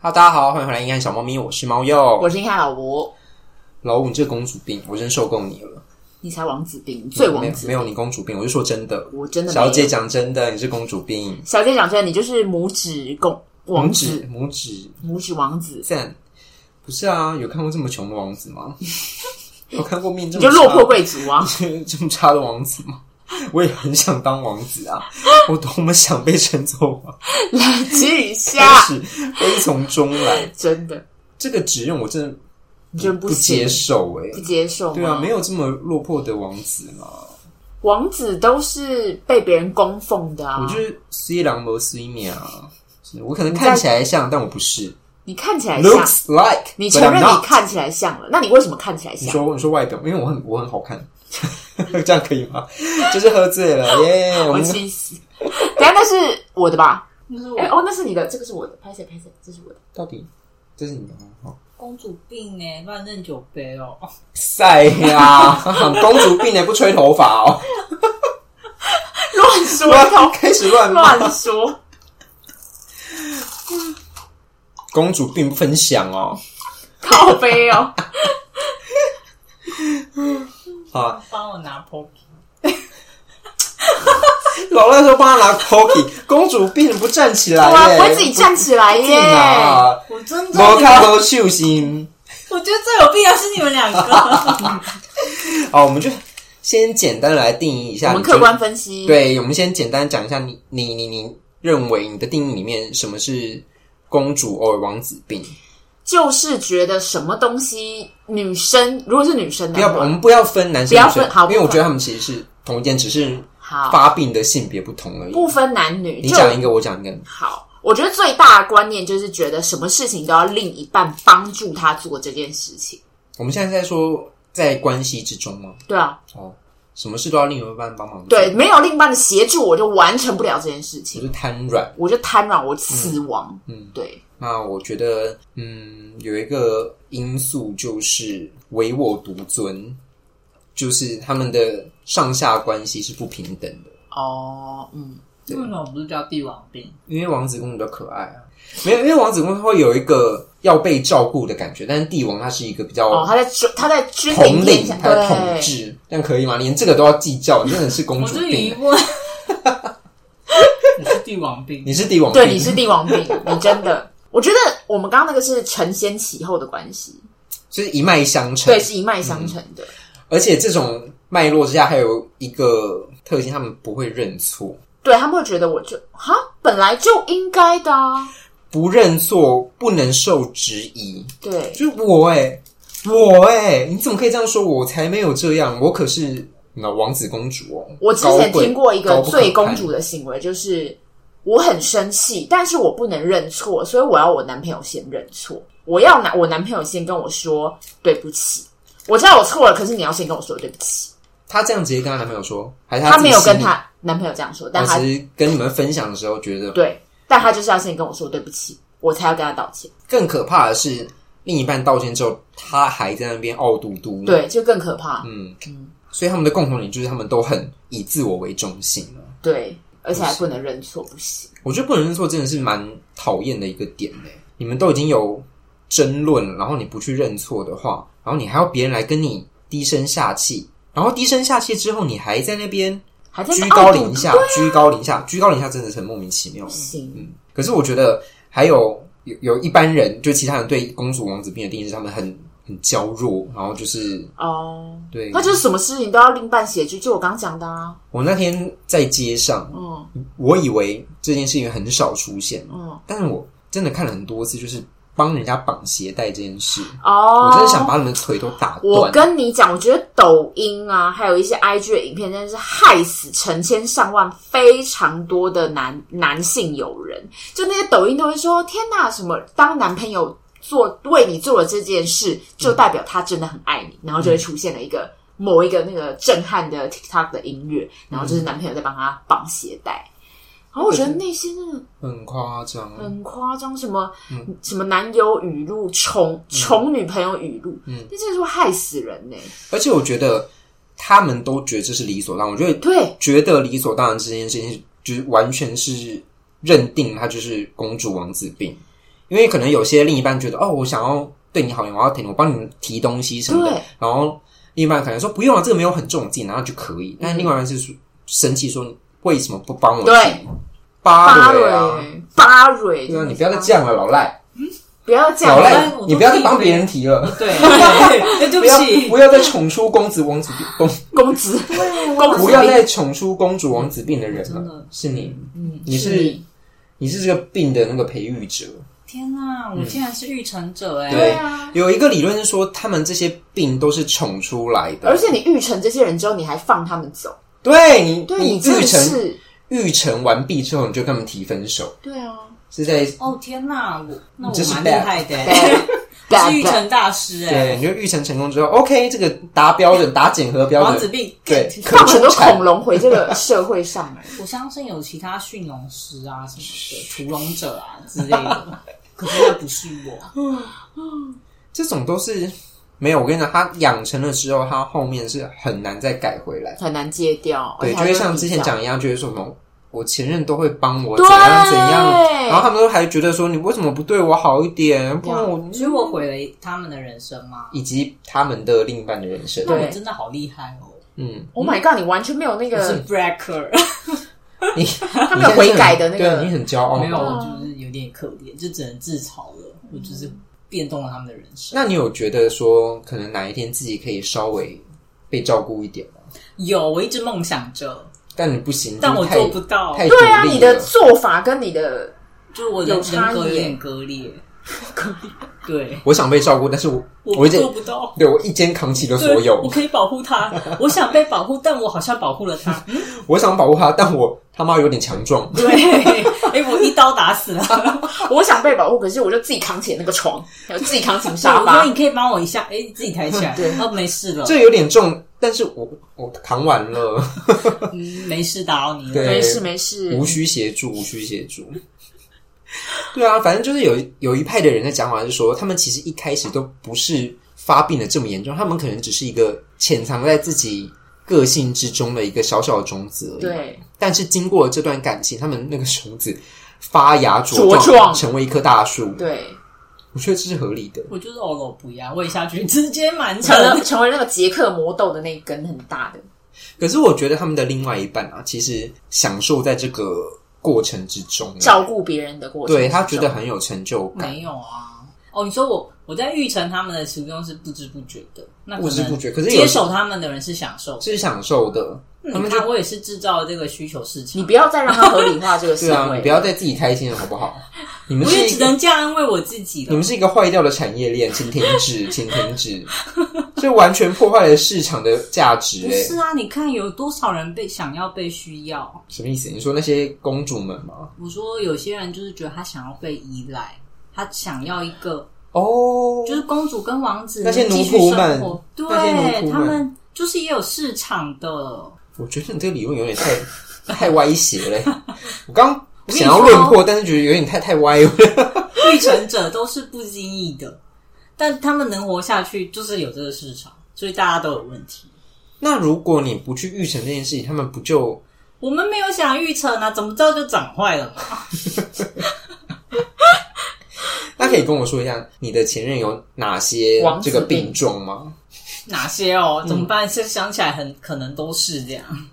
哈，大家好，欢迎回来《阴暗小猫咪》，我是猫鼬。我是看老吴，老五，你这个公主病，我真受够你了。你才王子病，最王子没有没有你公主病，我是说真的。我真的没有小姐讲真的，你是公主病，小姐讲真的，你就是拇指公王拇子，指拇指拇指王子，赞。不是啊，有看过这么穷的王 子吗？有看过命这你么就差落魄贵族啊！ 这么差的王子吗？我也很想当王 子啊！我多么想被称作王， 啊记一下，但是悲从中来。真的，这个指认我真的你真不不行接受哎、不接受吗？对啊，没有这么落魄的王子嘛。王子都是被别人供奉的啊我！就是斯里兰博斯一面啊，是我可能看起来像，但我不是。你看起来像， Looks like，你 but 承 I'm 认 not 你看起来像了，那你为什么看起来你像？说你说外表，因为我很我很好看， 这样可以吗？ 就是喝醉了耶我我们气死！ 等一下那是我的 吧？那是我哦，那是你的，这个是我的，拍谁拍谁，这是我的。到底这是你的吗？好公主病哎、乱认酒杯哦、晒呀，公主病欸也不吹头 发哦，乱说 不要开始乱骂。乱说，公主病不分享哦，靠背哦。啊，帮我拿 Pocky，老赖说帮他拿 cookie，公主病不站起来我啊，耶，不会自己站起来不自己耶。拿，我真的，摩卡都秀心。我觉得最有必要是你们两个。好，哦我们就先简单地来定义一下，我们客观分析，你觉得。啊对，我们先简单讲一下你你你你认为你的定义里面什么是公主偶尔王子病？就是觉得什么东西，女生如果是女生不的要，话我们不要分男不生要女生分好因为我不分觉得他们其实是同一件，只是好，发病的性别不同而已。不分男女，你就讲一个，我讲一个，好。我觉得最大的观念就是觉得什么事情都要另一半帮助他做这件事情。我们现在在说在关系之中吗？对啊，哦，什么事都要另一半帮忙做，对，没有另一半的协助，我就完成不了这件事我情，是瘫软。我就瘫软，我死亡。嗯，对，那我觉得，嗯，有一个因素就是唯我独尊，就是他们的上下关系是不平等的。哦，嗯，为什么不是叫帝王病？因为王子公主比较可爱啊，没有，因为王子公主会有一个要被照顾的感觉，但是帝王他是一个比哦，较他在君他在君统临领天下，，他的统对，治，这样可以吗？连这个都要计较，你真的是公我主是疑病，问，你是帝王病你，是帝王病，对，你是帝王病，你真的。我觉得我们刚刚那个是承先启后的关系，就是一脉相承对，，是一脉相承的。而且这种脉络之下还有一个特性，他们不会认错。对他们会觉得我就哈本来就应该的啊，不认错，不能受质疑。对，就是我哎、我哎、你怎么可以这样说我？我才没有这样，我可是那王子公主哦。我之前听过一个最公主的，的行为，就是我很生气，但是我不能认错，所以我要我男朋友先认错，我要男我男朋友先跟我说对不起。我知道我错了，可是你要先跟我说对不起。她这样直接跟她男朋友说，还是她她没有跟她，她男朋友这样说，但当她时跟你们分享的时候，觉得对，但她就是要先跟我说对不起，我才要跟她道歉。更可怕的是，另一半道歉之后，她还在那边傲嘟嘟。，对，就更可怕。嗯嗯，所以他们的共同点就是他们都很以自我为中心啊对，而且还不能认错，不行。我觉得不能认错真的是蛮讨厌的一个点呢。你们都已经有争论了，然后你不去认错的话，然后你还要别人来跟你低声下气，然后低声下气之后，你还在那边还在那居边高傲临骨下，居高临下，居高临下，真的是很莫名其妙不。行，嗯，可是我觉得还有有有一般人，就其他人对公主王子病的定义是他们很很娇弱，然后就是哦，对那。就是什么事情都要另办协助，就我刚刚讲的啊，我那天在街上，嗯我以为这件事情很少出现，嗯，但是我真的看了很多次，就是帮人家绑鞋带这件事，哦，我真的想。把你们的腿都打我断。跟你讲，我觉得抖音啊，还有一些 IG 的影片，真的是害死成千上万、非常多的男男性友人。就那些抖音都会说：“天哪，什么当男朋友做为你做了这件事，就代表他真的很爱你。”然后就会出现了一个某一个那个震撼的 TikTok 的音乐，然后就是男朋友在帮他绑鞋带。然后我觉得那些真的很夸张，很夸张，什么、什么男友语录、宠宠女朋友语录，那真的是会害死人呢、而且我觉得他们都觉得这是理所当然。我觉得对，觉得理所当然这件事情，就是完全是认定他就是公主王子病。因为可能有些另一半觉得哦，我想要对你好一点，我要挺，我帮你提东西什么的对，然后另一半可能说不用啊，这个没有很重，我自己拿就可以。但另外一半是说生气说你为什么不帮我提？对，巴巴蕊啊，蕊，巴蕊，对啊，你不要再这样了，老赖，不要这老样，赖我，都你不要再帮别人提了，对，对对不不要起，不要再宠出公子王子公，公 子，公 子不要再宠出公主王子病的人真了的，是你，嗯你是是你是这个病的那个培育者。天哪，我竟然是育成者哎、对啊，有一个理论是说，他们这些病都是宠出来的，而且你育成这些人之后，你还放他们走，对你，对你你真育的成是，育成完毕之后，你就跟他们提分手，对啊，是在哦天哪，我那我这是蛮厉害的、对欸，我 是育对成大师哎、对，你就育成成功之后，OK，这个达标准，达检核标王子准，病对 get 可放很出多产恐。龙回这个社会上来，我相信有其他驯龙师啊什么的，屠龙者啊之类的，可是那不是我。这种都是没有。我跟你讲，他养成了之后，他后面是很难再改回来。很难戒掉，而且对，就还会哦会像比之前较，讲一样，就会说什么我前任都会帮我怎对样怎样，然后他们都还觉得说你为什么不对我好一点，不然我所以我毁了他们的人生吗？以及他们的另一半的人生。那我对真的好厉害哦，嗯， Oh my god！你完全没有那我是个， breaker，你他他没有悔改的那对你个，很骄傲。没有，我就是有点可怜，就只能自嘲了。我就是变动了他们的人生。那你有觉得说，可能哪一天自己可以稍微被照顾一点吗？有，我一直梦想着，但你不行，但就是我太做不到，太对啊，独立你的了做法跟你的 就是我的有差人格有异点割裂，割裂。对，我想被照顾，但是我我一肩做不到。对我一肩扛起了对所有我，可以保护 他，我想被保护，但我好像保护了他。我想保护他，但我他妈有点强壮。对， 哎、我一刀打 死了。我想被保护，可是我就自己扛起那个床， 我自己扛起对沙我说发你。可以帮我一下，哎、你自己抬起来，对哦，没事了，这有点重，但是我我扛完了，嗯，没事打扰你了。对没事没事，无需协助，无需协助。对啊，反正就是有有一派的人的讲法是说，他们其实一开始都不是发病的这么严重，他们可能只是一个潜藏在自己个性之中的一个小小的种子而已。，对，但是经过了这段感情，他们那个种子发芽茁茁壮成为一棵大树。对，我觉得这是合理的。我就是偶尔不要，我一下去直接满成 场。了成为那个杰克魔豆的那一根很大的，嗯可是我觉得他们的另外一半啊，其实享受在这个过程之中啊，照顾别人的过程之中。对他觉得很有成就感。没有啊。哦，你说我我在玉成他们的途中是不知不觉的，那可能不知不觉可是有嗯接手他们的人是享受的。嗯是享受的。他你们就看，我也是制造了这个需求市场，你不要再让他合理化这个行 对啊，为，你不要再自己开心了，好不 好？你们我是也一只个能这样安慰我自己你了们。是一个坏掉的产业链，请停 止，请停止，这完全破坏了市场的价值、不欸。是啊，你看有多少人被想要被需要？什么意思？你说那些公主们吗？我说有些人就是觉得他想要被依赖，他想要一个哦，就是公主跟王子那些奴继续仆生们活那些奴仆对们他们就是也有市场的。我觉得你这个理论有点 太太歪斜嘞、我刚想哦要论破，但是觉得有点太太歪了。继承者都是不经意的，但他们能活下去就是有这个市场，所以大家都有问题。那如果你不去预成这件事情，他们不就我们没有想要预测呢，怎么知道就长坏了嘛？那可以跟我说一下你的前任有哪些王子这个病病状吗？哪些哦？怎么办？现在想起来很可能都是这样。嗯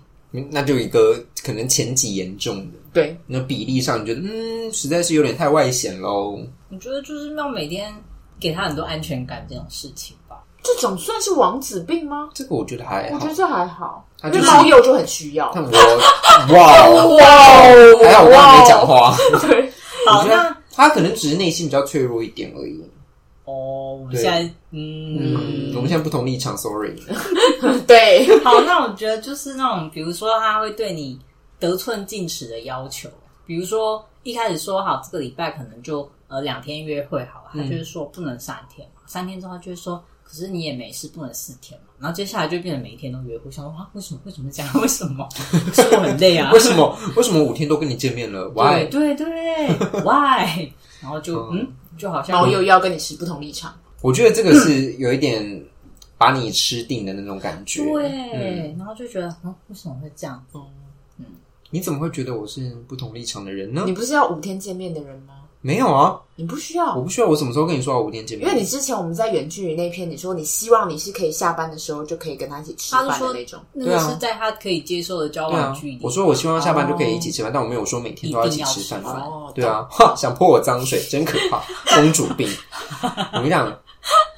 那就有一个可能前几严重的。对那比例上，你觉得嗯，实在是有点太外显喽。我觉得就是要每天给他很多安全感这种事情吧。这种算是王子病吗？这个我觉得还我好觉得，这还好，他因就为是猫鼬就很需要。但我 哇哦，还好我刚刚没讲话。哦对，好，我觉那得他可能只是内心比较脆弱一点而已。哦，我们对现在嗯，我们现在不同立场，sorry。 对，好，那我觉得就是那种，比如说他会对你得寸进尺的要求，比如说一开始说好这个礼拜可能就呃两天约会好了，他嗯就是说不能三天嘛，三天之后他就会说，可是你也没事，不能四天嘛，然后接下来就变成每一天都约会，想说啊为什么为什么这样， 为什么？是我很累 啊为，什么？为什么五天都跟你见面了对？Why？对对，why？然后就嗯，就好像猫鼬要跟你持不同立场。我觉得这个是有一点把你吃定的那种感觉。对，然后就觉得嗯，为什么会这样嗯子？你怎么会觉得我是不同立场的人呢你？不是要五天见面的人吗？没有啊，你不需要我，不需要。我什么时候跟你说我五点见因面？为你之前我们在远距离那篇，你说你希望你是可以下班的时候就可以跟他一起吃他饭的是说那种。那对个啊是在他可以接受的交对往啊距离。，我说我希望下班就可以一起吃饭，但我没有说每天都要一起吃饭饭。对啊，哈，想泼我脏水，真可怕，公主病。我跟你讲，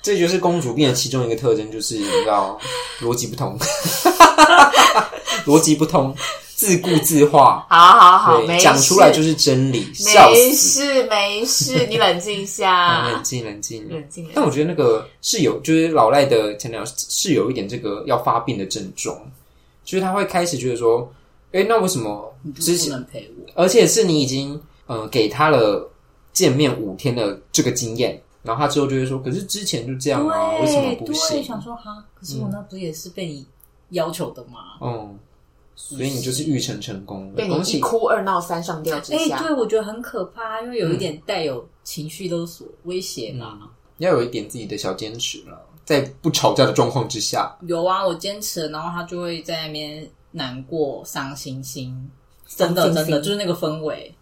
这就是公主病的其中一个特征，就是你知道逻辑不通， 逻辑不通，自顾自话，好好好，对，没事，讲出来就是真理，笑没死。事没事，你冷静一啊冷 下，静，冷静，嗯冷静冷静但我觉得那个是有，就是老赖的前两是有一点这个要发病的症状，就是他会开始觉得说，哎、那为什么你就之嗯不前，能陪我，而且是你已经呃给他了见面五天的这个经验，然后他之后就会说，可是之前就这样啊，为什么不对，行？想说哈，可是我那不是也是被你要求的吗？嗯，所以你就是预成成功了，被你恭一喜！哭二闹三上吊之哎、下，对，我觉得很可怕，因为有一点带有情绪勒索、威胁啦。要有一点自己的小坚持了，在不吵架的状况之下，有啊，我坚持了，然后他就会在那边难过、伤心心，真的伤心真心的就是那个氛围，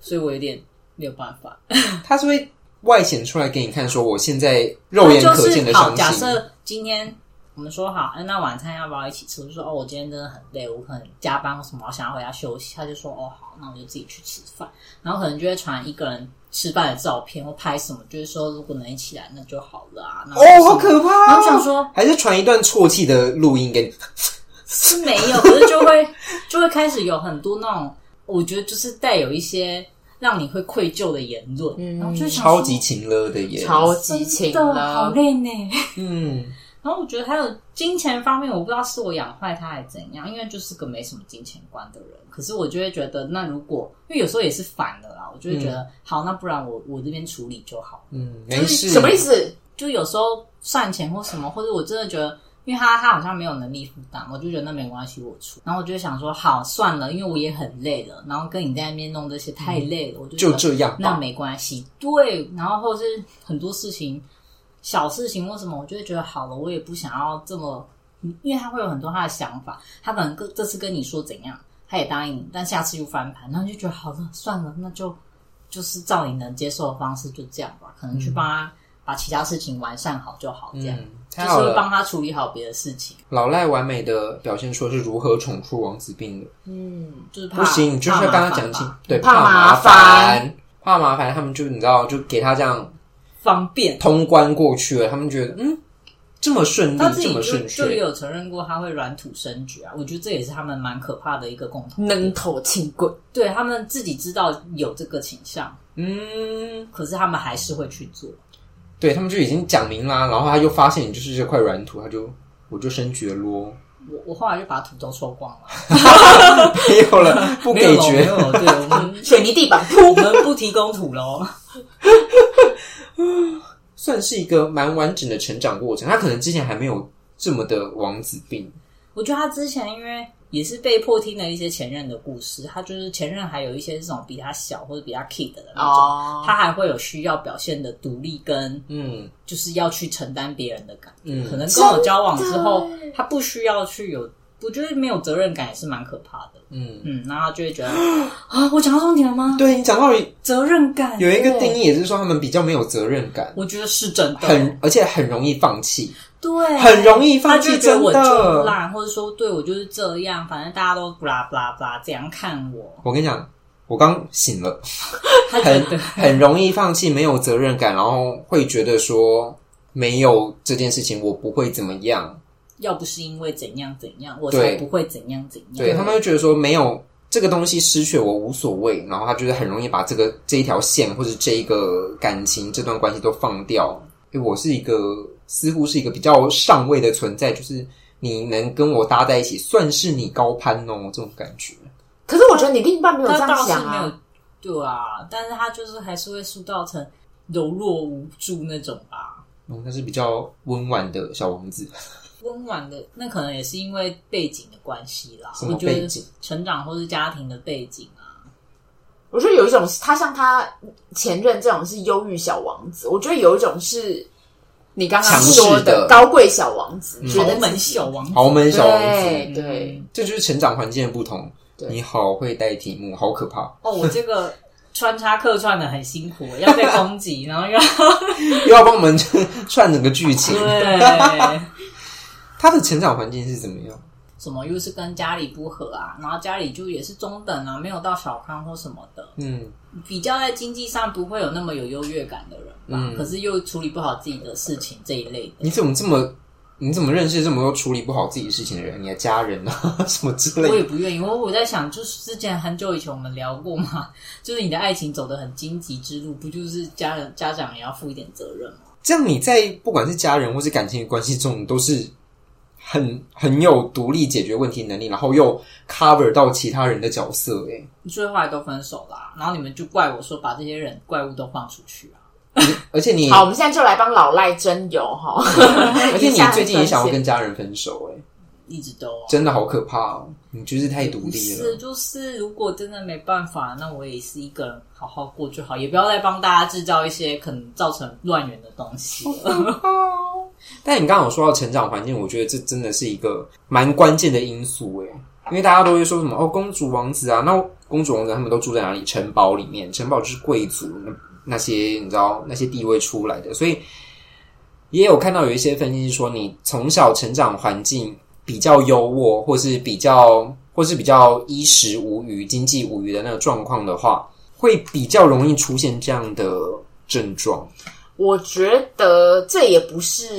所以我有点没有办法。他是会外显出来给你看，说我现在肉眼就可见是的好，伤假心。设今天我们说好，哎那晚餐要不要一起吃？我就说哦，我今天真的很累，我可能加班或什么，我想要回家休息。他就说哦好，那我就自己去吃饭。然后可能就会传一个人吃饭的照片或拍什么，就是说如果能一起来那就好了啊。那哦，好可怕、哦！然后想说还是传一段啜泣的录音给你，是没有，可是就会 就会开始有很多那种，我觉得就是带有一些让你会愧疚的言论，然后就嗯想说超级情勒的耶。超级真情的了，好累呢。嗯，然后我觉得还有金钱方面，我不知道是我养坏他还是怎样，因为就是个没什么金钱观的人。可是我就会觉得，那如果因为有时候也是反的啦，我就会觉得、好，那不然我我这边处理就好。嗯，没事。什么意？思？就有时候算钱或什么，或者我真的觉得，因为他他好像没有能力负担，我就觉得那没关系，我出。然后我就想说，好算了，因为我也很累了，然后跟你在那边弄这些太累了，我就觉就得这样那吧。没关系。对，然后或者是很多事情，小事情或什么，我就会觉得好了，我也不想要这么，因为他会有很多他的想法，他可能跟这次跟你说怎样，他也答应你，但下次又翻盘，然后就觉得好了，算了，那就就是照你能接受的方式就这样吧，可能去帮他把其他事情完善好就好，这样、嗯，就太是好会帮了。他处理好别的事情，老赖完美的表现出是如何宠出王子病的。嗯，就是怕不行，你就是要怕跟他麻烦讲清吧，对，怕怕麻烦，怕麻烦。他们就你知道，就给他这样方便。通关过去了，他们觉得嗯，这么顺利他嗯自，这己么就顺就也遂。有承认过他会软土生绝啊，我觉得这也是他们蛮可怕的一个共同。能头轻棍，对他们自己知道有这个倾向，嗯，可是他们还是会去做。对他们就已经讲明啦，然后他就发现你就是这块软土，他就我就升爵咯， 我我后来就把土都抽光了，没有了，不没有给咯没爵有，咯，对我们水泥地板我们不提供土喽。 算是一个蛮完整的成长过程。他可能之前还没有这么的王子病，我觉得他之前因为也是被迫听了一些前任的故事，他就是前任还有一些这种比他小或者比他 kid 的那种，哦，他还会有需要表现的独立跟嗯就是要去承担别人的感觉。可嗯，能跟我交往之后，他不需要去有，我觉得没有责任感也是蛮可怕的。嗯嗯，然后他就会觉得 啊，我讲到重点了吗？对你讲到有责任感一个定义，也是说他们比较没有责任感，我觉得是真的，很而且很容易放弃，对，很容易他放就弃，觉得真我就的。烂，或者说对我就是这样，反正大家都不啦不啦不啦，怎样看我？我跟你讲，我刚醒 了。他觉很得很容易放弃，没有责任感，然后会觉得说没有这件事情我不会怎么样，要不是因为怎样怎样，我对才不会怎样怎样。嗯对他们会觉得说没有这个东西失去我无所谓，然后他就是很容易把这个这一条线或者这一个感情这段关系都放掉。因为我是一个似乎是一个比较上位的存在，就是你能跟我搭在一起，算是你高攀哦，这种感觉。可是我觉得你另一半没有这样他倒是想没有啊，，对啊，但是他就是还是会塑造成柔弱无助那种吧。嗯，他是比较温婉的小王子，温婉的，那可能也是因为背景的关系啦。什么我觉背得景成长或是家庭的背景啊，我觉得有一种他像他前任这种是忧郁小王子，我觉得有一种是你刚刚强势说的高贵小王子，嗯觉得豪自门己小王子。豪门小王对子，对，这就是成长环境的不同。对你好会带题目，好可怕。哦，我这个穿插客串的很辛苦，要被攻击， 然后又要又要帮我们 串整个剧情。嗯对他的成长环境是怎么样？ 什么又是跟家里不合啊，然后家里就也是中等啊，没有到小康或什么的，嗯，比较在经济上不会有那么有优越感的人吧，嗯可是又处理不好自己的事情这一类的。你怎么这么？你怎么认识这么多处理不好自己事情的人？你的家人啊， 什么之类我也的？不愿意，我我在想，就是之前很久以前我们聊过嘛， 就是你的爱情走得很荆棘之路，不就是家人家长也要负一点责任吗？这样你在不管是家人或是感情关系中，你都是很很有独立解决问题能力，然后又 cover 到其他人的角色、欸。所以后来都分手啦、然后你们就怪我说把这些人怪物都放出去啊。而且你，好，我们现在就来帮老赖争油哈。 而而且你最近 也想要跟家人分手、欸，一直都啊真的好可怕哦！你就是太独不立是，了。就是如果真的没办法，那我也是一个人好好过就好，也不要再帮大家制造一些可能造成乱源的东西 了。但你刚刚有说到成长环境，我觉得这真的是一个蛮关键的因素诶，因为大家都会说什么哦，公主王子啊，那公主王子他们都住在哪里？城堡里面，城堡就是贵族那那些你知道那些地位出来的，所以也有看到有一些分析说，你从小成长环境比较优渥，或是比较或是比较衣食无余、经济无余的那个状况的话，会比较容易出现这样的症状。我觉得这也不是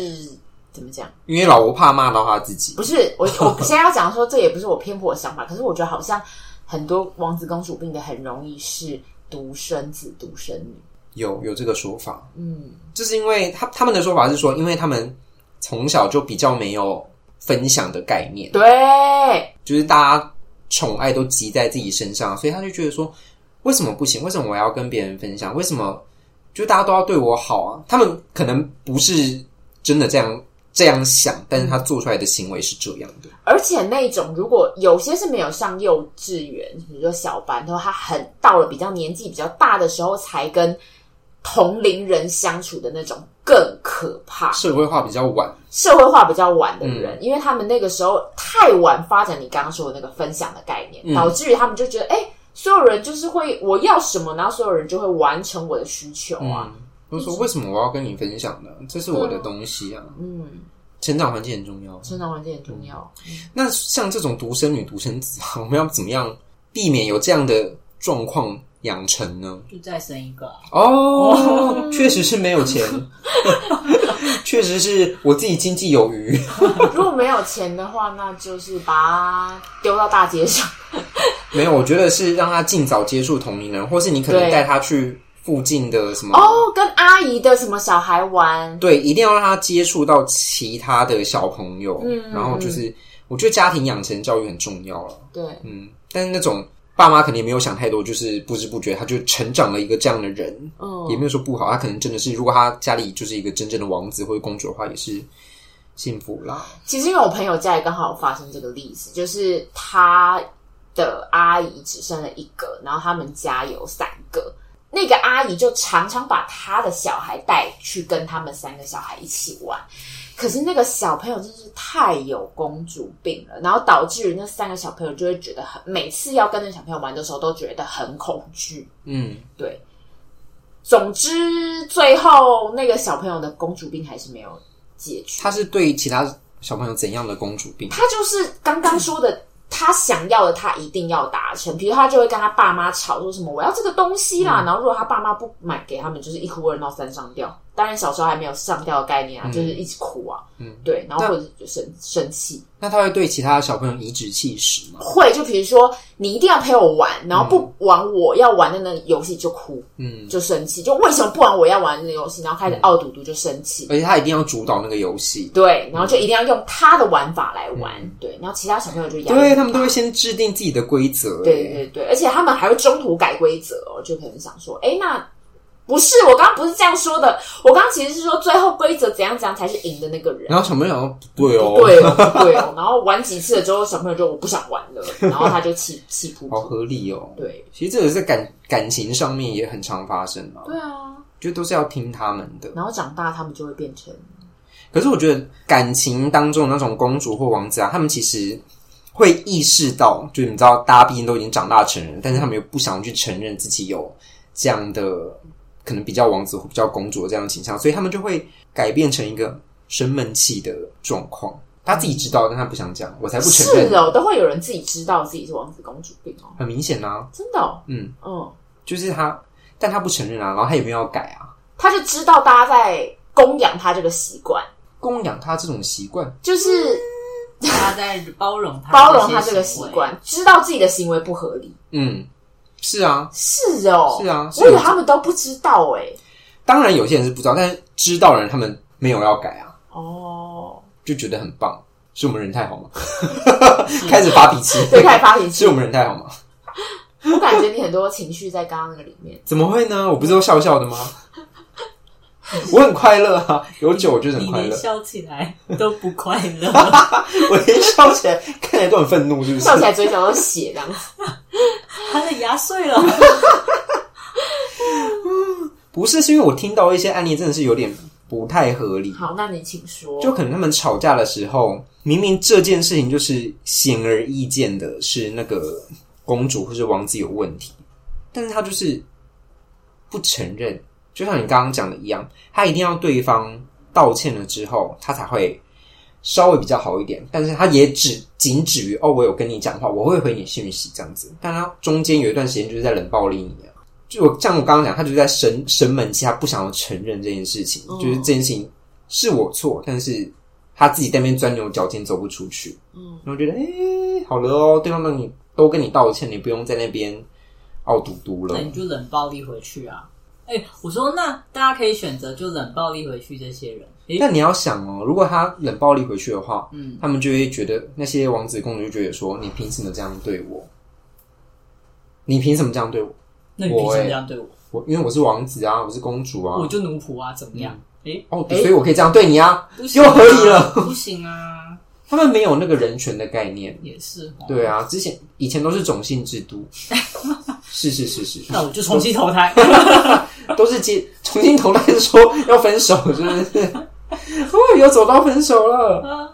怎么讲，因为老婆怕骂到他自己，不是我我现在要讲说，这也不是我偏颇的想法，可是我觉得好像很多王子公主病的很容易是独生子、独生女。有有这个说法，嗯，就是因为他他们的说法是说，因为他们从小就比较没有分享的概念，对，就是大家宠爱都集在自己身上，所以他就觉得说，为什么不行？为什么我要跟别人分享？为什么就大家都要对我好啊？他们可能不是真的这样这样想，但是他做出来的行为是这样的。而且那种如果有些是没有上幼稚园，比如说小班，然后他很到了比较年纪比较大的时候才跟同龄人相处的那种更可怕。社会化比较晚，社会化比较晚的嗯人，因为他们那个时候太晚发展你刚刚说的那个分享的概念，嗯导致于他们就觉得，哎、所有人就是会我要什么，然后所有人就会完成我的需求啊。嗯，我说为什么我要跟你分享呢？这是我的东西啊，嗯，成长环境很重要。成长环境很重要。那像这种独生女、独生子啊，我们要怎么样避免有这样的状况养成呢？就再生一个啊、哦，确实是没有钱， 确实是我自己经济有余，如果没有钱的话，那就是把它丢到大街 上。没有。我觉得是让她尽早接触同龄人，或是你可能对带她去附近的什么。哦，跟阿姨的什么小孩玩，对，一定要让她接触到其他的小朋友，嗯然后就是，我觉得家庭养成教育很重要了。对，嗯，但是那种爸妈肯定没有想太多，就是不知不觉他就成长了一个这样的人，嗯，也没有说不好，他可能真的是，如果他家里就是一个真正的王子或者公主的话，也是幸福啦。其实因为我朋友家里刚好有发生这个例子，就是他的阿姨只生了一个，然后他们家有三个。那个阿姨就常常把她的小孩带去跟他们三个小孩一起玩，可是那个小朋友真是太有公主病了，然后导致于那三个小朋友就会觉得很，每次要跟那小朋友玩的时候都觉得很恐惧。嗯，对，总之最后那个小朋友的公主病还是没有解决。他是对其他小朋友怎样的公主病？他就是刚刚说的，他想要的他一定要达成。比如他就会跟他爸妈吵，说什么我要这个东西啦，嗯然后如果他爸妈不买给他们，就是一哭二闹三上吊。当然小时候还没有上吊的概念啊，就是一直哭啊，嗯对，然后那或者就生生气，那他会对其他小朋友颐指气使吗？会就比如说你一定要陪我玩，然后不玩我要玩的那个游戏就哭嗯，就生气，就为什么不玩我要玩的那个游戏，然后开始傲嘟嘟就生气。而且他一定要主导那个游戏。对，然后就一定要用他的玩法来玩，对，然后其他小朋友就压力嗯对很他们大都会先制定自己的规则、欸对对对，而且他们还会中途改规则哦，就可能想说，哎，那不是我刚刚不是这样说的，我刚刚其实是说最后规则怎样怎样才是赢的那个人。然后小朋友想说不对哦，不对哦，不对哦，然后玩几次了之后，小朋友就我不想玩 了，然后他就气气噗好噗。合理哦。对，其实这个在感感情上面也很常发生啊，对啊，就都是要听他们的。然后长大他们就会变成可是我觉得感情当中的那种公主或王子啊，他们其实会意识到，就是你知道，大家毕竟都已经长大成人，但是他们又不想去承认自己有这样的可能比较王子或比较公主的这样的倾向，所以他们就会改变成一个生闷气的状况。他自己知道，但他不想讲，我才不承认。啊是哦，都会有人自己知道自己是王子公主病哦，很明显啊，真的、哦，嗯，嗯，就是他，但他不承认啊，然后他也没有要改啊，他就知道大家在供养他这个习惯，供养他这种习惯，就是大家在包容他，包容他这个习惯，知道自己的行为不合理。嗯，是啊，是哦，是啊是我以有为他们都不知道哎、当然有些人是不知道，但是知道的人他们没有要改啊， 哦，就觉得很棒，是我们人 太好吗？开始发脾气，对，开始发脾气是我，们人太好吗？我感觉你很多情绪在刚刚那个里面。怎么会呢？我不是都笑笑的吗？我很快乐啊，有酒我就是很你快连乐，笑起来都不快 乐，我连笑起来看起来都很愤怒，是不是笑？起来嘴角都血这样子， 他的牙碎了。不是，是因为我听到一些案例真的是有点不太合理，好，那你请说。就可能他们吵架的时候，明明这件事情就是显而易见的是那个公主或是王子有问题，但是他就是不承认，就像你刚刚讲的一样，他一定要对方道歉了之后，他才会稍微比较好一点。但是他也只仅止于哦，我有跟你讲话，我会回你讯息这样子。但他中间有一段时间就是在冷暴力你啊，就我像我刚刚讲，他就是在生生闷气，他不想要承认这件事情，嗯就是这件事情是我错，但是他自己在那边钻牛角尖，走不出去。嗯，然后觉得，哎、好了哦，对方让你都跟你道歉，你不用在那边傲嘟嘟了那。你就冷暴力回去啊！哎、我说那大家可以选择就冷暴力回去这些人。哎、但你要想哦，如果他冷暴力回去的话，嗯，他们就会觉得那些王子公主就觉得说，你凭什么这样对我？你凭什么这样对我？那你凭什我么哎这样对我？我因为我是王子啊，我是公主啊我，就奴仆啊，怎么样？哎、哦，哎所以我可以这样对你啊。不行、啊，又合理了，不行啊，他们没有那个人权的概念，也是哦。对啊，之前以前都是种姓制 度，是是是是，那我就重新投 胎。都是接重新投胎说要分手，是不是？哦，有走到分手了。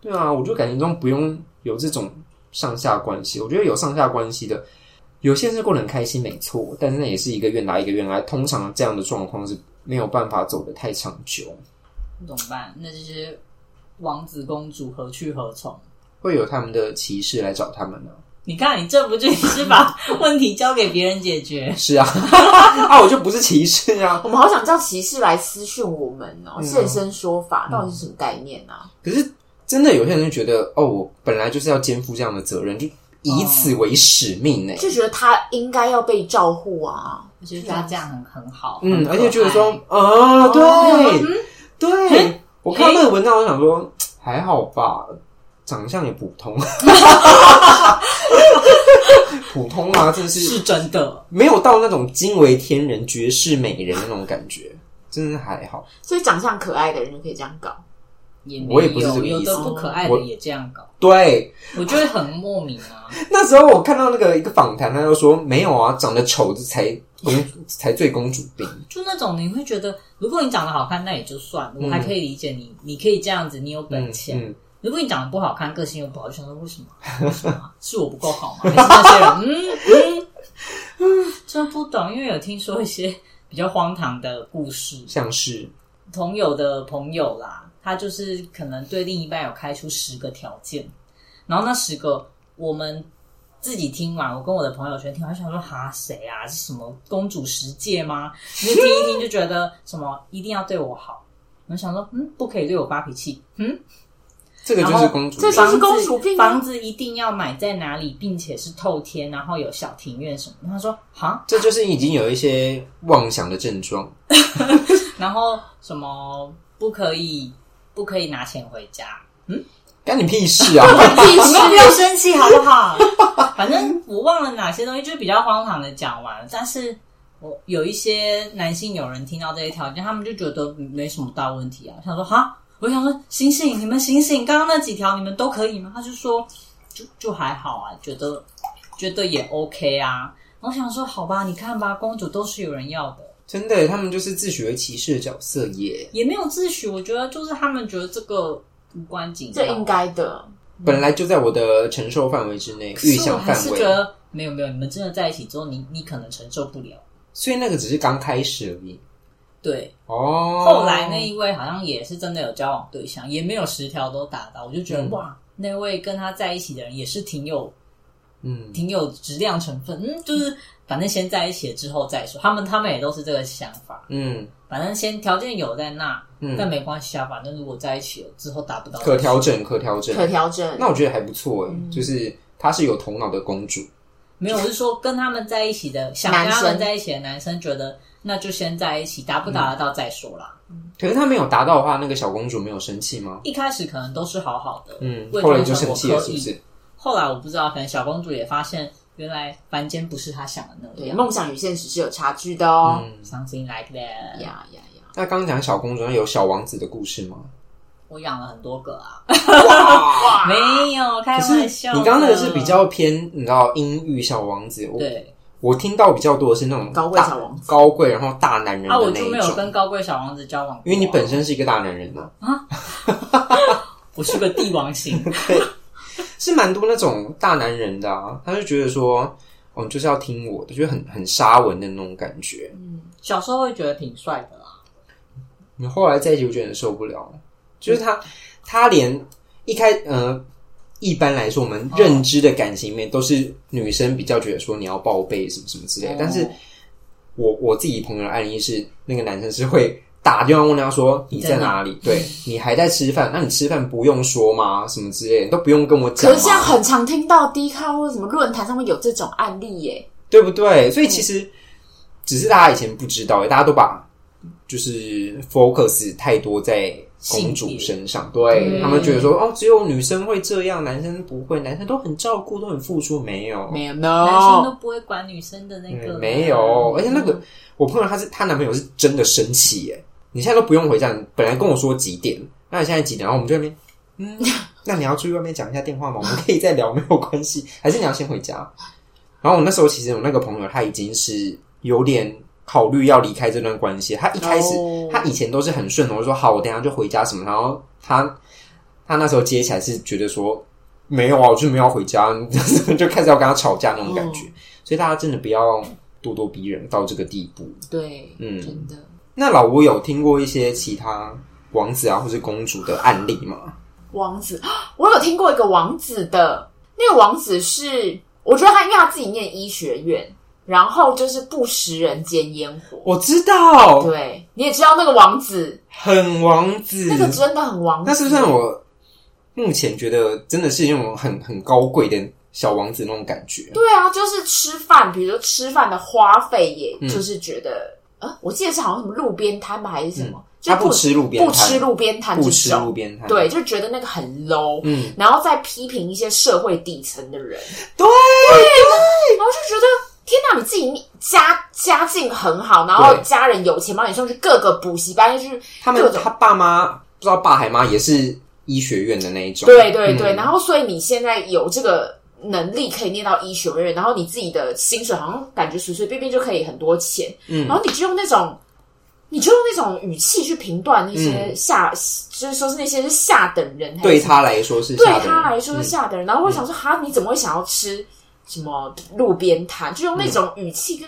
对啊，我就感情中不用有这种上下关系。我觉得有上下关系的，有些人是过得很开心，没错，但是那也是一个愿打一个愿挨。通常这样的状况是没有办法走得太长久，怎么办？那这些王子公主何去何从？会有他们的骑士来找他们啊呢、你看，你这不就是把问题交给别人解 决？是啊，啊，我就不是骑士啊。我们好想叫骑士来私讯我们嗯哦，现身说法到底是什么概念啊？可是真的有些人就觉得，哦，我本来就是要肩负这样的责任，就以此为使命欸呢、就觉得他应该要被照顾啊，我觉得他这样很很好，嗯，很而可且觉得爱哦说，啊，对，对嗯，我看到那个文章，我想说，还好吧，长相也普 通，普通啊，真的是是真的，没有到那种惊为天人、绝世美人那种感觉，真的还好。所以长相可爱的人就可以这样 搞。也没我也不是这有个意有的思不可爱我的也这样搞，对，我觉得很莫名啊。那时候我看到那个一个访谈，他就说没有啊，长得丑这才公主才最公主 病。就那种你会觉得，如果你长得好看，那也就算了，我还可以理解你，你可以这样子，你有本嗯钱。嗯，如果你长得不好看，个性又不好，就想说为什么？为什么啊是我不够好吗？还是那些人？嗯嗯嗯， 真不懂，因为有听说一些比较荒唐的故事，像是朋友的朋友啦，他就是可能对另一半有开出十个条件，然后那十个我们自己听完，我跟我的朋友圈听完，想说哈谁啊？是什么公主十戒 吗？你就听一听就觉得什么一定要对我好，我想说嗯，不可以对我发脾气，嗯，这个就然是后公主这病，就是公主病啊房子一定要买在哪里，并且是透天，然后有小庭院什么的。他说哈，这就是已经有一些妄想的症状。然后什么不可以不可以拿钱回家，干你屁事啊！ 屁你们不事！要生气好不好？反正我忘了哪些东西，就比较荒唐的讲完。但是我有一些男性友人听到这些条件，他们就觉得没什么大问题啊。我想说哈，我想说醒醒，你们醒醒，刚刚那几条你们都可以吗？他就说就就还好啊，觉得觉得也 OK 啊。我想说好吧，你看吧，公主都是有人要的。 真的，他们就是自诩为骑士的角色耶。也没有自诩，我觉得就是他们觉得这个无关紧要，这应该的，本来就在我的承受范围之内，可预是我想还范是围觉，得没有没有，你们真的在一起之后，你你可能承受不了。所以那个只是刚开始而已。对，哦，后来那一位好像也是真的有交往对象，也没有十条都达到，我就觉得、嗯哇，那位跟他在一起的人也是挺有嗯，挺有质量成分，嗯，就是反正先在一起了之后再说，他们他们也都是这个想法，嗯反正先条件有在那，但嗯，没关系啊，反正如果在一起了之后达不到，可调整，可调整。可调整。那我觉得还不错哎、嗯就是她是有头脑的公主。没有，我是说跟他们在一起的，想男跟他生们在一起的男生觉得那就先在一起，达不嗯达得到再说啦。可是她没有达到的话，那个小公主没有生气吗？一开始可能都是好好的，嗯，为后来了就生气了，我是可不以。是？后来我不知道，可能小公主也发现原来凡间不是她想的那对，样。梦想与现实是有差距的哦。嗯， Something like 呀 that，、呀呀！那刚刚讲小公主，那有小王子的故事 吗？我养了很多个啊，哇没有开啊可是玩笑的。你刚刚那个是比较偏，你知道阴郁小王子。我对我听到比较多的是那种高贵大小王子高贵然后大男人的啊，我那就没一有种。跟高贵小王子交往过啊、因为你本身是一个大男人啊呢、我是个帝王型， 是蛮多那种大男人的啊，他就觉得说，哦，你就是要听我的，就是很很沙文的那种感觉。嗯小时候会觉得挺帅的啦。你后来在一起，我觉得很受不了，就是他，他连一开呃，一般来说我们认知的感情面都是女生比较觉得说你要报备什么什么哦之类的，但是我我自己朋友的案例是，那个男生是会打电话问他说你在哪里？对你还在吃饭？那你吃饭不用说吗？什么之类的，都不用跟我讲可吗。是这样很常听到 D 咖或者什么论坛上面有这种案例耶。对不对？所以其实只是大家以前不知道，大家都把就是 focus 太多在公主身上，对嗯他们觉得说哦，只有女生会这样，男生不会，男生都很照顾，都很付出，没有，有男生都，no，不会管女生的那个、嗯没有，而且那个我朋友她是她男朋友是真的生气耶，你现在都不用回家，你本来跟我说几点，那你现在几点？然后我们就在那边。嗯，那你要出去外面讲一下电话吗？我们可以再聊，没有关系。还是你要先回家？然后我那时候其实我那个朋友他已经是有点考虑要离开这段关系。他一开始、哦他以前都是很顺的，我就说好，我等一下就回家什么。然后他他那时候接起来是觉得说没有啊，我就是没有要回家， 就开始要跟他吵架那种感觉。嗯所以大家真的不要咄咄逼人到这个地步。对，嗯真的。那老吴有听过一些其他王子啊或是公主的案例吗？王子， 我有听过一个王子的，那个王子是，我觉得他因为他自己念医学院，然后就是不食人间烟火。我知道，嗯对，你也知道那个王子，很王子，那个真的很王子。那是不是让我目前觉得真的是那种很很高贵的小王子那种感觉？对啊，就是吃饭，比如说吃饭的花费，嗯也就是觉得，啊，我记得是好像什么路边摊吧，还是什么，就嗯他不吃路边不摊吃路边摊不这吃路种，边摊，对，就觉得那个很 low，嗯，然后再批评一些社会底层的人，对，然后就觉得天哪，你自己家家境很好，然后对家人有钱，帮你送去各个补习班，就是他各们种他爸妈不知道爸还妈也是医学院的那一种，对对对，嗯然后所以你现在有这个能力可以念到医学院，然后你自己的薪水好像感觉随随便便就可以很多钱，嗯然后你就用那种。你就用那种语气去评断那些下，就是说是那些是下等人，还是嗯对他来说是对吓得他人来说是嗯下等人。然后我想说，哈，你怎么会想要吃什么路边摊？就用那种语气跟，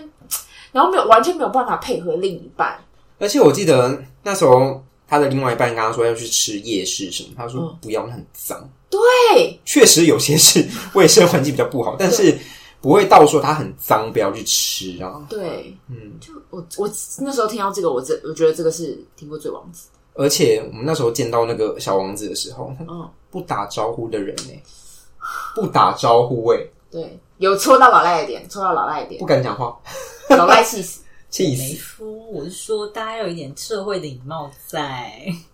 然后没有完全没有办法配合另一半。而且我记得那时候他的另外一半跟他说要去吃夜市什么，他说嗯不要，那很脏。对，确实有些是卫生环境比较 不好，但是不会到说它很脏，不要去吃啊。对，嗯，就我我那时候听到这个，我这我觉得这个是听过最王子。而且我们那时候见到那个小王子的时候，嗯，不打招呼的人呢、不打招呼哎、对，有戳到老赖的点，戳到老赖的点不，敢讲话，老赖气死。气没死！出，我是说大家有一点社会礼貌在，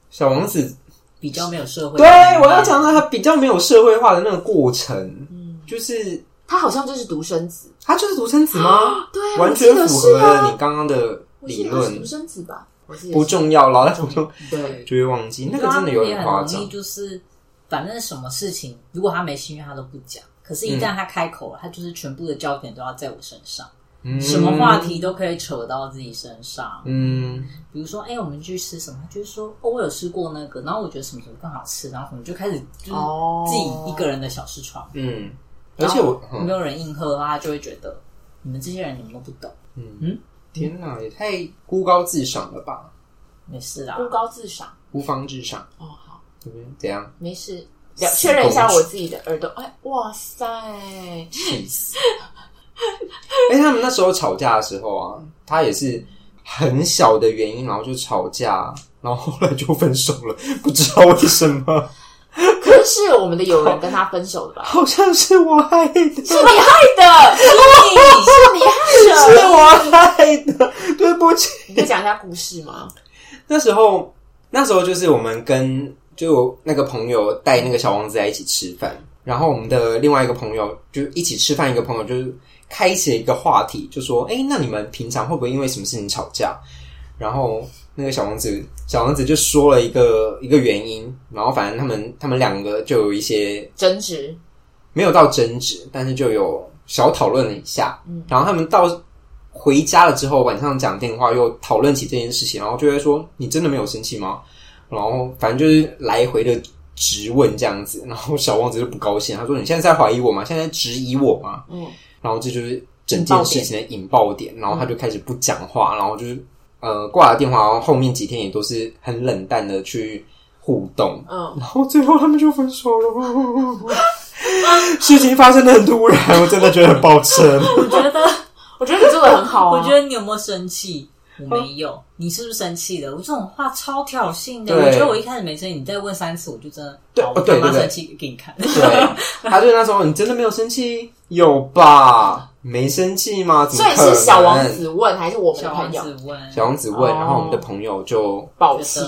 小王子，比较没有社会。对我要讲到他比较没有社会化的那个过程，嗯就是他好像就是独生子，他就是独生子吗？对啊，完我记全得符是合啊了你刚刚的我记理得他是论独，生子吧？我记得不是重要，老在不重对，就会忘记，那个真的有也点很夸容张易，。就是反正什么事情，如果他没心愿，他都不讲。可是，一旦他开口了，他就是全部的焦点都要在我身上，嗯什么话？题都可以扯到自己身上。嗯，比如说，哎、我们去吃什么？他就是说，哦，我有吃过那个，然后我觉得什么什么更好吃，然后我们就开始就是哦自己一个人的小吃床，嗯，而且我、嗯啊嗯没有人应和的话，他就会觉得你们这些人你们都不懂。嗯天哪，也太孤高自赏了吧？没事啊，孤高自赏。孤芳自赏，哦，好，对不对？怎样？没事。四公尺确认一下我自己的耳朵。哎，哇塞！气死！哎、他们那时候吵架的时候啊，他也是很小的原因，然后就吵架，然后后来就分手了，不知道为什么，可是是我们的友人跟他分手的吧？好像是我害的，是你害的，是你害是的。我害的，对不起。你可以讲一下故事吗？那时候，那时候就是我们跟就我那个朋友带那个小王子在一起吃饭，然后我们的另外一个朋友就一起吃饭，一个朋友就是开启了一个话题，就说：“哎、那你们平常会不会因为什么事情吵架？”然后那个小王子，小王子就说了一个一个原因，然后反正他们他们两个就有一些争执，没有到争执，但是就有小讨论了一下。嗯，然后他们到回家了之后，晚上讲电话又讨论起这件事情，然后就会说：“你真的没有生气吗？”然后反正就是来回的质问这样子。然后小王子就不高兴，他说：“你现在在怀疑我吗？现在在质疑我吗？”嗯，然后这就是整件事情的引爆点。然后他就开始不讲话，然后就是呃挂了电话，然后后面几天也都是很冷淡的去互动。嗯，然后最后他们就分手了。 事情发生的很突然，我真的觉得很抱歉。我觉得，我觉得你做的很哦好啊。我觉得你有没有生气？嗯我没有，你是不是生气了？我这种话超挑衅的。对我觉得我一开始没生气，你再问三次，我就真的对好哦我对他妈对对生气给你看。对，他就那时候，你真的没有生气？有吧？没生气吗？怎么所以可能是小王子问还是我们的小朋王友子问，小王子问，哦然后我们的朋友就暴气？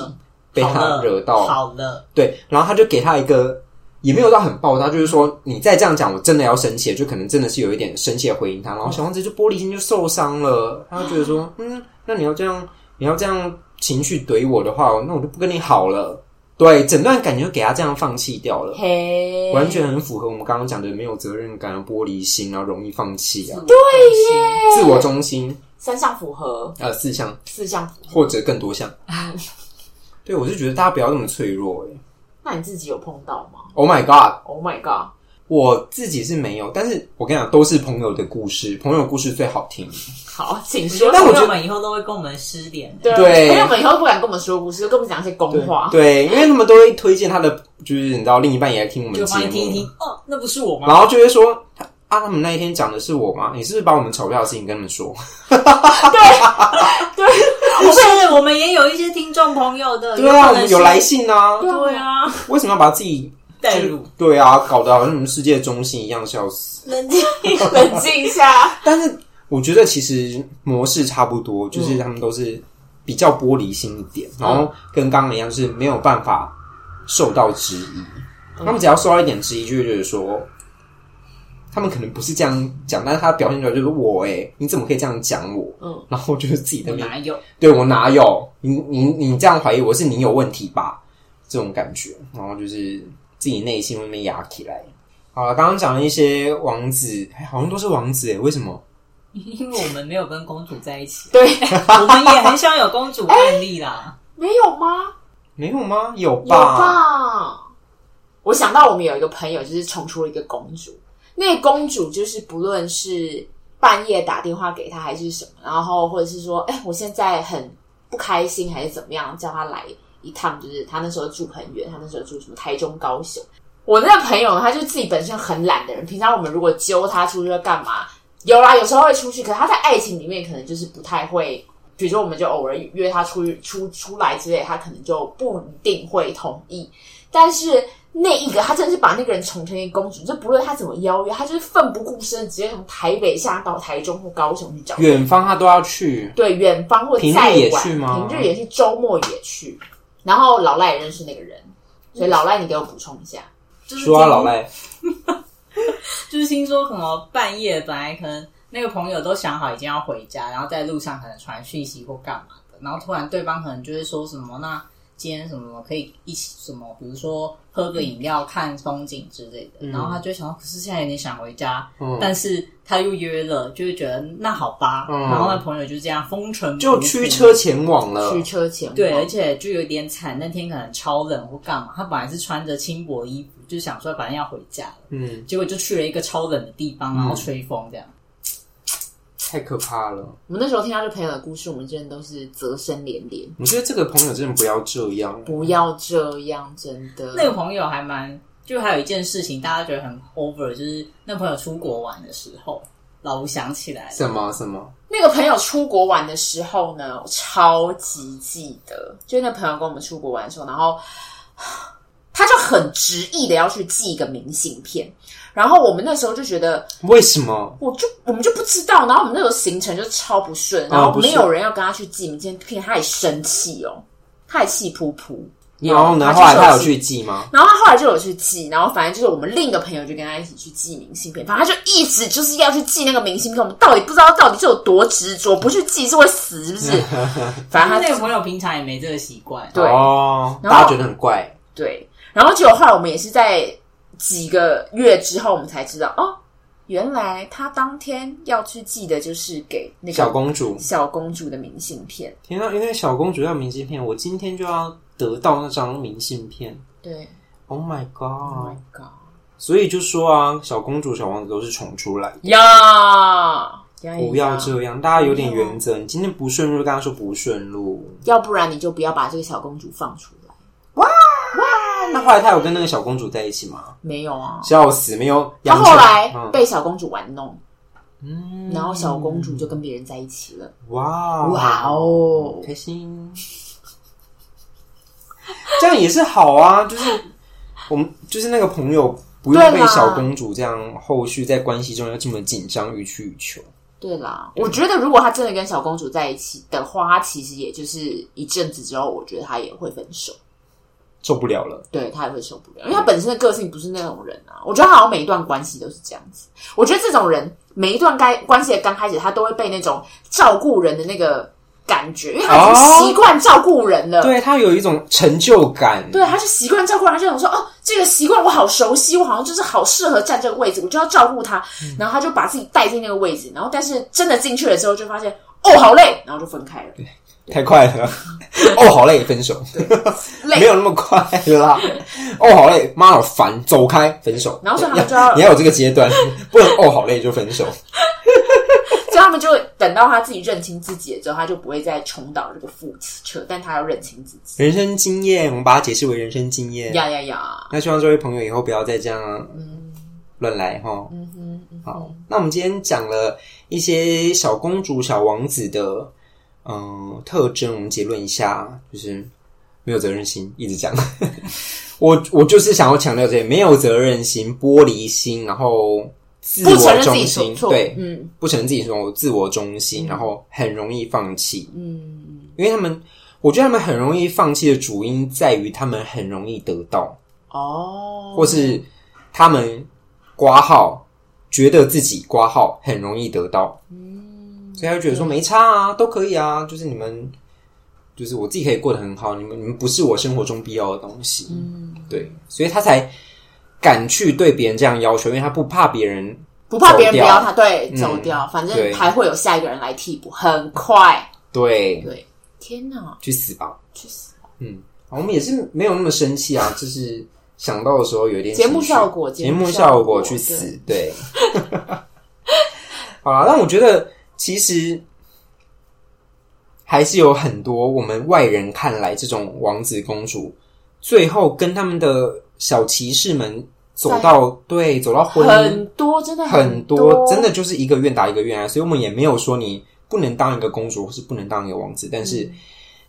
被他惹到，好了，对，然后他就给他一个。也没有到很暴，他就是说你再这样讲，我真的要生气了，就可能真的是有一点生气的回应他。然后小王子就玻璃心就受伤了，他就觉得说，嗯，那你要这样，你要这样情绪怼我的话，那我就不跟你好了。对，整段感情就给他这样放弃掉了。嘿，完全很符合我们刚刚讲的没有责任感、玻璃心，然后容易放弃啊，对耶，自我中心，三项符合，呃，四项四项符合。或者更多项。对，我是觉得大家不要那么脆弱、欸。那你自己有碰到吗 Oh my god， ？Oh my god！我自己是没有，但是我跟你讲，都是朋友的故事，朋友的故事最好听。好，请所说以。但我觉得朋友们以后都会跟我们失联。对，对朋友们以后都不敢跟我们说故事，都跟我们讲一些公话。对，因为他们都会推荐他的，就是你知道，另一半也来听我们就节帮你目，听一听，哦，那不是我然吗？后就会说。啊，他们那一天讲的是我吗？你是不是把我们吵架的事情跟他们说？不是，我们也有一些听众朋友的，对啊，呃可我能们是有来，信啊。对啊，为什么要把自己带入对啊，搞得好像我们世界中心一样，笑死。冷静，冷静一下。但是我觉得其实模式差不多，就是他们都是比较玻璃心一点，然后跟刚刚一样，就是没有办法受到质疑。他们只要受到一点质疑，就会觉得说，他们可能不是这样讲，但是他表现出来就是我哎、欸你怎么可以这样讲我？嗯，然后就是自己在我那边哪有？对我哪有？你你你这样怀疑我是你有问题吧？这种感觉，然后就是自己内心外面压起来。好了，刚刚讲了一些王子，哎，好像都是王子哎，为什么？因为我们没有跟公主在 一起，对，我们也很想有公主案例啦。没有吗？没有吗？有有吧？吧？我想到我们有一个朋友，就是宠出了一个公主。那个公主就是不论是半夜打电话给她还是什么，然后或者是说，哎、我现在很不开心还是怎么样，叫她来一趟。就是她那时候住很远，她那时候住什么台中、高雄。我那个朋友呢，他就自己本身很懒的人，平常我们如果揪他出去要干嘛，有啦，有时候会出去，可他在爱情里面可能就是不太会，比如说我们就偶尔约他出去出出来之类，他可能就不一定会同意。但是那一个，他真的是把那个人宠成一个公主，就不论他怎么邀约，他就是奋不顾身，直接从台北下到台中或高雄去找。远方他都要去，对，远方或平日再也晚，去吗平日也去，周末也去。然后老赖也认识那个人，所嗯以老赖，你给我补充一下。就是说啊，听老嗯赖，就是听说什么半夜本来可能那个朋友都想好已经要回家，然后在路上可能传讯息或干嘛的，然后突然对方可能就会说什么那。今天什么可以一起什么，比如说喝个饮料、看风景之类的，然后他就想说，可是现在有点想回家，嗯，但是他又约了，就会觉得那好吧，嗯然后那朋友就这样风尘仆仆就驱车前往了驱。车前往对，而且就有点惨，那天可能超冷或干嘛，他本来是穿着轻薄衣服，就想说反正要回家了，嗯，嗯结果就去了一个超冷的地方，然后吹风这样。太可怕了！我们那时候听到这朋友的故事，我们真的都是啧声连连，我觉得这个朋友真的不要这样，不要这样，真的。那个朋友还蛮，就还有一件事情，大家觉得很 over，就是那朋友出国玩的时候，老吴想起来了，什么什么，那个朋友出国玩的时候呢，我超级记得，就那朋友跟我们出国玩的时候，然后他就很执意的要去寄一个明信片，然后我们那时候就觉得，为什么？我就我们就不知道，然后我们那时候行程就超不顺，然哦后不是没有人要跟他去寄明信片，他也生气哦，他也气噗噗。然后呢？他后来他有去。去寄吗？然后他后来就有去寄，然后反正就是我们另一个朋友就跟他一起去寄明信片，反正他就一直就是要去寄那个明信片，我们到底不知道到底是有多执着，不去寄是会死是不 是？反正那啊他个朋友平常也没这个习惯，对哦，然后大家觉得很怪，对，然后结果后来我们也是在几个月之后，我们才知道哦，原来他当天要去寄的就是给那个小公主。小公主的明信片，天啊，因为小公主要明信片，我今天就要得到那张明信片。对 Oh my ，Oh my god！ god，所以就说啊，小公主、小王子都是宠出来的，呀哎呀，不要这样，大家有点原则。你今天不顺路，就跟他说不顺路。要不然你就不要把这个小公主放出来。那后来他有跟那个小公主在一起吗？没有啊，笑死，没有。他杨后来嗯被小公主玩弄，嗯然后小公主就跟别人在一起了。哇哇，哦！开心， 这样也是好啊。就是我们就是那个朋友，不用对被啦小公主这样后续在关系中要这么紧张予取予求。对啦，我觉得如果他真的跟小公主在一起的话，他其实也就是一阵子之后，我觉得他也会分手。受不了了，对他也会受不了，因为他本身的个性不是那种人啊。我觉得他好像每一段关系都是这样子。我觉得这种人，每一段该关系的刚开始，他都会被那种照顾人的那个感觉，因为他已经习惯照顾人了。对他有一种成就感。对，他就习惯照顾人，他就想说，哦，这个习惯我好熟悉，我好像就是好适合站这个位置，我就要照顾他。然后他就把自己带进那个位置，然后但是真的进去了之后，就发现哦，好累，然后就分开了。太快 了，哦，好累，分手，累 没有那么快啦。哦，好累，妈好烦，走开，分手。然后所以他要们就 要你要有这个阶段，不能哦，好累就分手。所以他们就等到他自己认清自己了之后，他就不会再重蹈这个覆辙，但他要认清自己。人生经验，我们把它解释为人生经验。呀呀呀！那希望这位朋友以后不要再这样嗯乱来哈。嗯哼嗯哼，好，那我们今天讲了一些小公主、小王子的嗯、呃特征，我们结论一下，就是没有责任心，一直讲。 我我就是想要强调这些：没有责任心、玻璃心，然后自不承我认自中己所心，错，对，嗯不承认自己有自我中心，然后很容易放弃，嗯，因为他们，我觉得他们很容易放弃的主因在于他们很容易得到。哦，或是他们挂号觉得自己挂号很容易得到，嗯所以他就觉得说没差啊，都可以啊，就是你们就是我自己可以过得很好，你们你们不是我生活中必要的东西，嗯，对，所以他才敢去对别人这样要求，因为他不怕别人不怕别人不走掉要他，对，嗯走掉，反正对还会有下一个人来替补，很快。对对，天哪，去死吧。去死！我们也是没有那么生气啊，就是想到的时候有点节目情绪效果节目目效果果去死，对。 好啦，但我觉得其实还是有很多我们外人看来，这种王子公主最后跟他们的小骑士们走到对走到婚姻，很多，真的很多，真的就是一个愿打一个愿挨，所以我们也没有说你不能当一个公主或是不能当一个王子，但嗯是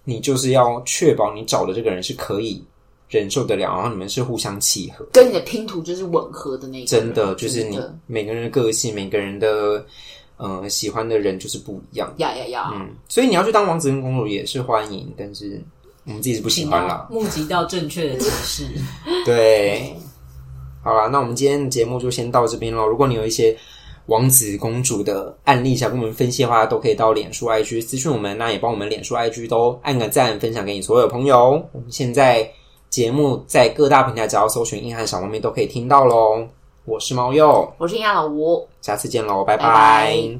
你就是要确保你找的这个人是可以忍受得了，然后你们是互相契合。跟你的拼图就是吻合的那一个人，真的就是你嗯真的每个人的个性，每个人的呃喜欢的人就是不一样。呀呀呀！嗯，所以你要去当王子跟公主也是欢迎，但是我们自己是不喜请欢要啊啦。募集到正确的提示。对，好啦，那我们今天的节目就先到这边喽。如果你有一些王子公主的案例想跟我们分析的话，都可以到脸书 IG 私讯我们，那也帮我们脸书 IG 都按个赞，分享给你所有的朋友。我们现在节目在各大平台只要搜寻“硬汉小猫咪”都可以听到喽。我是猫鼬，我是亚老吴，下次见喽，拜拜拜